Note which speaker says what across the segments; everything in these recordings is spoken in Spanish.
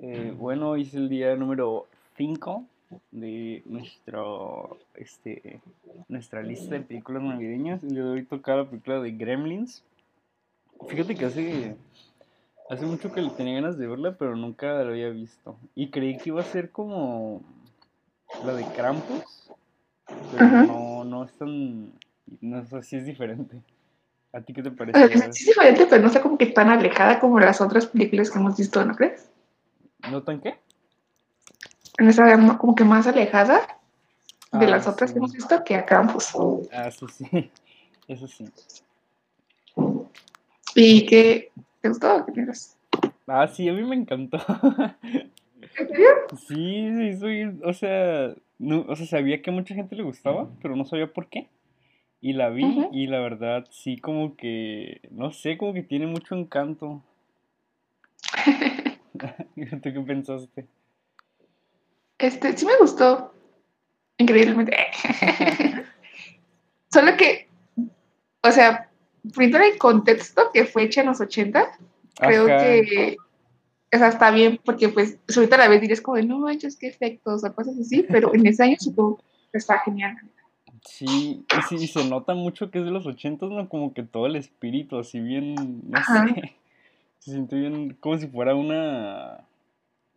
Speaker 1: Eh, bueno, hoy es el día número 5 de nuestro, este, nuestra lista de películas navideñas. El día de hoy tocaba la película de Gremlins. Fíjate que hace, hace mucho que le tenía ganas de verla, pero nunca la había visto. Y creí que iba a ser como la de Krampus, pero
Speaker 2: Ajá.
Speaker 1: no, no es tan. No sé si es diferente. ¿A ti qué te
Speaker 2: O sea,
Speaker 1: parece?
Speaker 2: que sí es diferente, pero no está como que tan alejada como las otras películas que hemos visto, ¿no crees?
Speaker 1: ¿No tan qué?
Speaker 2: No está ma- como que más alejada de
Speaker 1: Ah,
Speaker 2: las otras
Speaker 1: sí.
Speaker 2: que hemos visto que a Campus.
Speaker 1: Ah, eso sí. Eso sí.
Speaker 2: ¿Y qué? ¿Te gustó? ¿Qué piensas?
Speaker 1: Ah, sí, a mí me encantó.
Speaker 2: ¿En serio?
Speaker 1: Sí, sí, soy, o sea, no, o sea, sabía que a mucha gente le gustaba, pero no sabía por qué. Y la vi
Speaker 2: Ujú.
Speaker 1: y la verdad sí como que, no sé, como que tiene mucho encanto. ¿Tú qué pensaste?
Speaker 2: Este, sí me gustó. Increíblemente. Solo que, o sea, primero el contexto que fue hecha en los 80, creo
Speaker 1: Ajá,
Speaker 2: que o sea, está bien, porque pues si ahorita la vez dirías como de no manches, qué efectos o cosas así, pero en ese año supongo que está genial.
Speaker 1: sí, y sí, y se nota mucho que es de los ochentas, ¿no? Como que todo el espíritu, así bien, no
Speaker 2: Ajá.
Speaker 1: sé, se siente bien, como si fuera una,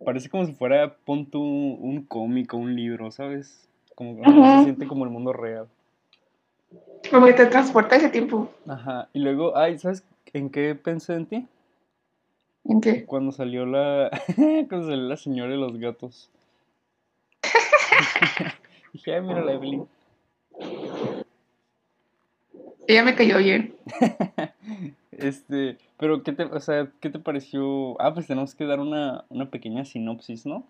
Speaker 1: parece como si fuera, pon tú, un cómic o un libro, ¿sabes? Como que no se
Speaker 2: Ujú.
Speaker 1: siente como el mundo real.
Speaker 2: Como que te transporta ese tiempo.
Speaker 1: Ajá, y luego, ay, ¿sabes en qué pensé en ti?
Speaker 2: ¿En qué?
Speaker 1: Cuando salió la, cuando salió la señora de los gatos. Dije, ay, mira la Evelyn.
Speaker 2: Ella me cayó bien.
Speaker 1: Este, pero ¿qué te, o sea, qué te pareció? Ah, pues tenemos que dar una, una pequeña sinopsis, ¿no?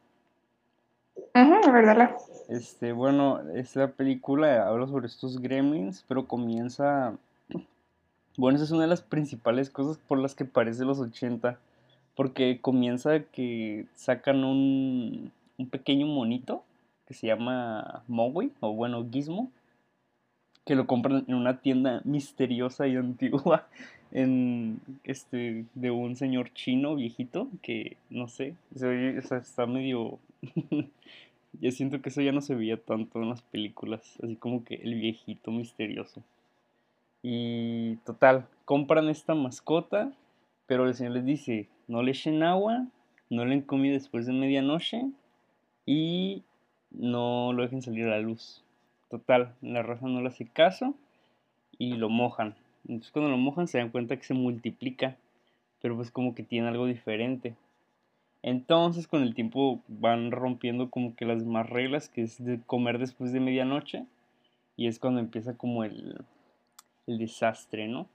Speaker 2: Ajá, la verdad. la-
Speaker 1: Este, bueno, esta película habla sobre estos gremlins, pero comienza, bueno, esa es una de las principales cosas por las que parece los 80, porque comienza que sacan un, un pequeño monito que se llama Mowgli, o bueno, Gizmo, que lo compran en una tienda misteriosa y antigua en este de un señor chino viejito que no sé, se oye- o sea, está medio Yo siento que eso ya no se veía tanto en las películas, así como que el viejito misterioso. Y total, compran esta mascota, pero el señor les dice, no le echen agua, no le den comida después de medianoche y no lo dejen salir a la luz. Total, la raza no le hace caso y lo mojan. Entonces cuando lo mojan se dan cuenta que se multiplica, pero pues como que tiene algo diferente. Entonces con el tiempo van rompiendo como que las más reglas, que es de comer después de medianoche, y es cuando empieza como el, el desastre, ¿no?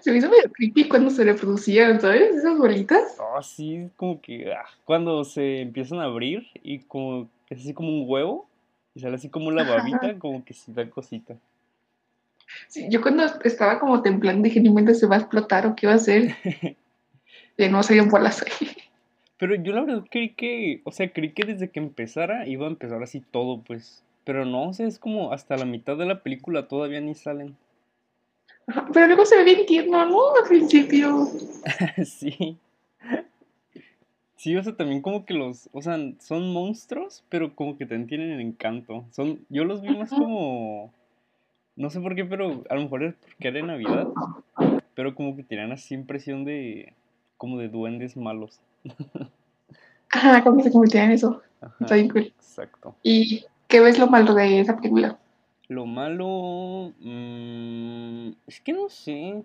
Speaker 2: Se me hizo medio creepy cuando se reproducían, ¿sabes? Esas bolitas.
Speaker 1: Oh, sí, como que ah, cuando se empiezan a abrir y como es así como un huevo, y sale así como la
Speaker 2: Ajá.
Speaker 1: babita, como que sí da cosita.
Speaker 2: Sí, yo cuando estaba como temblando dije, ni mente se va a explotar o qué va a hacer. Y no se dio por las
Speaker 1: Pero yo la verdad creí que, o sea, creí que desde que empezara iba a empezar así todo, pues. Pero no, o sea, es como hasta la mitad de la película todavía ni salen.
Speaker 2: Ajá, Pero luego se ve bien tierno, ¿no? Al principio.
Speaker 1: Sí. Sí, o sea, también como que los, o sea, son monstruos, pero como que también tienen el encanto. Son, yo los vi más
Speaker 2: Ujú.
Speaker 1: como, no sé por qué, pero a lo mejor es porque era Navidad, pero como que tenían así impresión de, como de duendes malos.
Speaker 2: Ajá, como se convertía en eso. Está
Speaker 1: Ajá,
Speaker 2: bien cool.
Speaker 1: exacto.
Speaker 2: ¿Y qué ves lo malo de esa película?
Speaker 1: Lo malo, mm, es que no sé,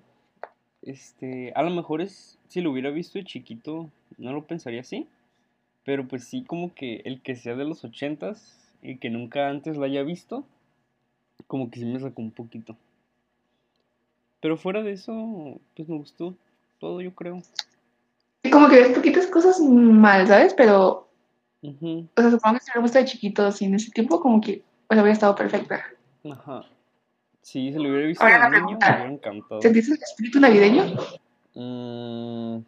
Speaker 1: este, a lo mejor es, si lo hubiera visto de chiquito, no lo pensaría así. Pero pues sí, como que el que sea de los ochentas y que nunca antes la haya visto, como que sí me sacó un poquito. Pero fuera de eso, pues me gustó todo, yo creo.
Speaker 2: Como que ves poquitas cosas mal, ¿sabes? Pero,
Speaker 1: Ujú,
Speaker 2: o sea, supongo que si lo gusta de chiquitos y en ese tiempo, como que, o sea, hubiera estado perfecta.
Speaker 1: Ajá. Sí, se lo hubiera visto
Speaker 2: Ahora
Speaker 1: de
Speaker 2: la
Speaker 1: niño,
Speaker 2: pregunta.
Speaker 1: me hubiera encantado.
Speaker 2: ¿Sentiste el espíritu navideño?
Speaker 1: Mm,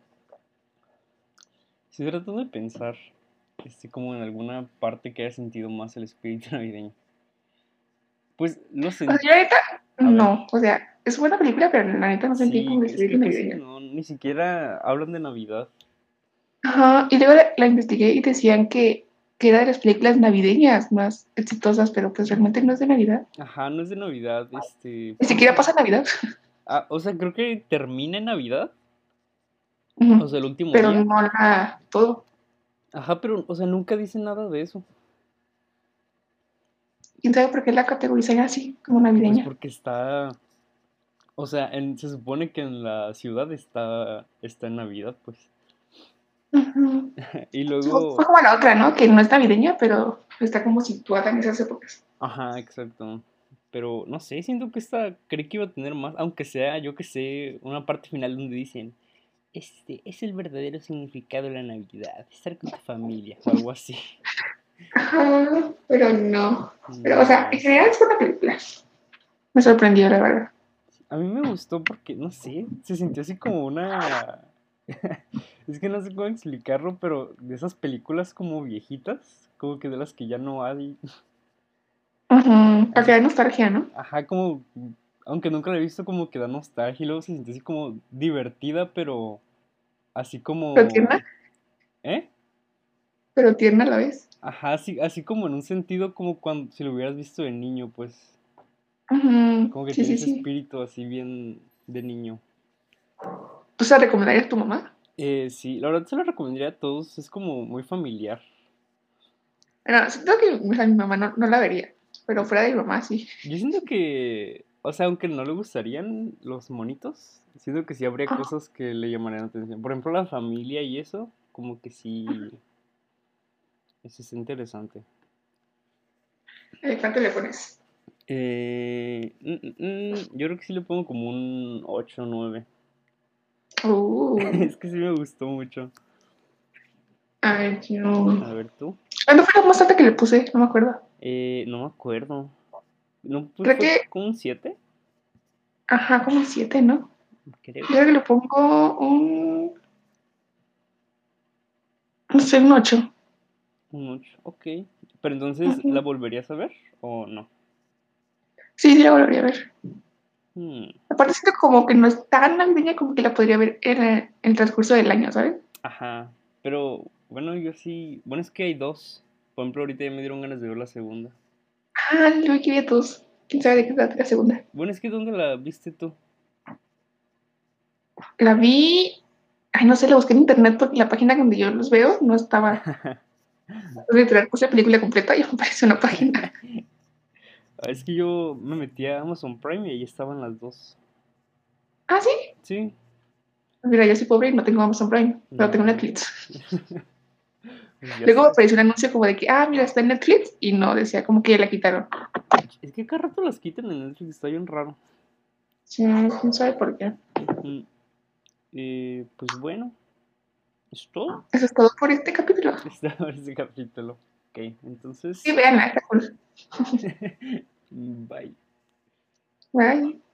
Speaker 1: estoy tratando de pensar, este, como en alguna parte que haya sentido más el espíritu navideño. Pues lo
Speaker 2: O sea,
Speaker 1: sentí.
Speaker 2: yo ahorita,
Speaker 1: A ver.
Speaker 2: no. O sea, es buena película, pero la neta no sentí
Speaker 1: Sí,
Speaker 2: como el
Speaker 1: es que
Speaker 2: espíritu
Speaker 1: casi
Speaker 2: navideño.
Speaker 1: no, ni siquiera hablan de Navidad.
Speaker 2: Ajá, y luego la, la investigué y decían que, que era de las películas navideñas más exitosas, pero pues realmente no es de Navidad.
Speaker 1: Ajá, no es de Navidad, este...
Speaker 2: Ni siquiera pasa Navidad.
Speaker 1: Ah, o sea, creo que termina en Navidad,
Speaker 2: Ujú,
Speaker 1: o sea, el último
Speaker 2: Pero
Speaker 1: día.
Speaker 2: no la todo.
Speaker 1: Ajá, pero, o sea, nunca dice nada de eso. pues
Speaker 2: ¿Quién sabe por qué la categorizan así, como
Speaker 1: Pues
Speaker 2: navideña?
Speaker 1: porque está... O sea, en- se supone que en la ciudad está, está en Navidad, pues.
Speaker 2: Ujú.
Speaker 1: Y
Speaker 2: Fue
Speaker 1: luego...
Speaker 2: fue como la otra, ¿no? Que no es navideña, pero está como situada en esas épocas.
Speaker 1: Ajá, exacto. Pero no sé, siento que esta creí que iba a tener más, aunque sea, yo que sé, una parte final donde dicen, este es el verdadero significado de la Navidad, estar con tu familia o algo así.
Speaker 2: Ajá, pero no. Pero, o sea,
Speaker 1: No,
Speaker 2: en general es una película. Me sorprendió, la verdad.
Speaker 1: A mí me gustó porque, no sé, se sintió así como una... es que no sé cómo explicarlo, pero de esas películas como viejitas, como que de las que ya no hay.
Speaker 2: Ujú, Para crear nostalgia, ¿no?
Speaker 1: Ajá, como, aunque nunca la he visto, como que da nostalgia y luego se siente así como divertida, pero así como...
Speaker 2: ¿Pero tierna?
Speaker 1: ¿Eh?
Speaker 2: Pero tierna a la vez.
Speaker 1: Ajá, así, así como en un sentido como cuando si lo hubieras visto de niño, pues,
Speaker 2: Ujú,
Speaker 1: como que
Speaker 2: Sí,
Speaker 1: tiene
Speaker 2: sí,
Speaker 1: ese
Speaker 2: sí.
Speaker 1: espíritu así bien de niño.
Speaker 2: ¿Tú se la recomendarías a tu mamá?
Speaker 1: Eh, sí, la verdad se lo recomendaría a todos, es como muy familiar.
Speaker 2: No, siento que o sea, mi mamá no, no la vería, pero fuera de mi mamá sí.
Speaker 1: Yo siento que, o sea, aunque no le gustarían los monitos, siento que sí habría
Speaker 2: Ajá.
Speaker 1: cosas que le llamarían la atención. Por ejemplo, la familia y eso, como que sí, eso es interesante.
Speaker 2: Eh, ¿Cuánto le pones?
Speaker 1: Eh, mm, mm, mm, yo creo que sí le pongo como un 8 o 9.
Speaker 2: Uh,
Speaker 1: Es que sí me gustó mucho.
Speaker 2: ay, yo.
Speaker 1: A ver tú.
Speaker 2: ¿Cuándo fue la más alta que le puse? No me acuerdo.
Speaker 1: Eh, no me acuerdo. ¿No pues,
Speaker 2: Creo
Speaker 1: fue
Speaker 2: que-
Speaker 1: como un 7?
Speaker 2: Ajá, como siete, ¿no?
Speaker 1: Creo.
Speaker 2: Yo creo que le pongo un. No sé, un ocho.
Speaker 1: Un 8. Ok. Pero entonces,
Speaker 2: Ujú.
Speaker 1: ¿la volverías a ver o no?
Speaker 2: Sí, sí, la volvería a ver.
Speaker 1: Hmm,
Speaker 2: Aparte, siento como que no es tan navideña como que la podría ver en el, en el transcurso del año, ¿sabes?
Speaker 1: Ajá. Pero bueno, yo sí. Bueno, es que hay dos. Por ejemplo, ahorita ya me dieron ganas de ver la segunda.
Speaker 2: Ah, yo quería todos. ¿Quién sabe de qué trata la segunda?
Speaker 1: Bueno, es que ¿dónde la viste tú?
Speaker 2: La vi. Ay, no sé, la busqué en internet porque la página donde yo los veo no estaba.
Speaker 1: Ah,
Speaker 2: Literal, puse la película completa y apareció una página.
Speaker 1: Ah, Es que yo me metí a Amazon Prime y ahí estaban las dos.
Speaker 2: Ah, sí. Pues
Speaker 1: Sí.
Speaker 2: Mira, yo soy pobre y no tengo Amazon Prime, pero tengo
Speaker 1: No.
Speaker 2: Netflix.
Speaker 1: Pues ya
Speaker 2: Luego me
Speaker 1: sabes.
Speaker 2: apareció un anuncio como de que, ah, mira, está en Netflix. Y no, decía como que ya la quitaron.
Speaker 1: Es que cada rato las quitan en Netflix, está bien raro.
Speaker 2: Sí, quién sabe por qué.
Speaker 1: Mm, eh, pues bueno, es todo.
Speaker 2: Eso es todo por este capítulo.
Speaker 1: Está por ese capítulo. Ok,
Speaker 2: ah,
Speaker 1: entonces,
Speaker 2: Sí, vean, está cool.
Speaker 1: bye.
Speaker 2: Bye.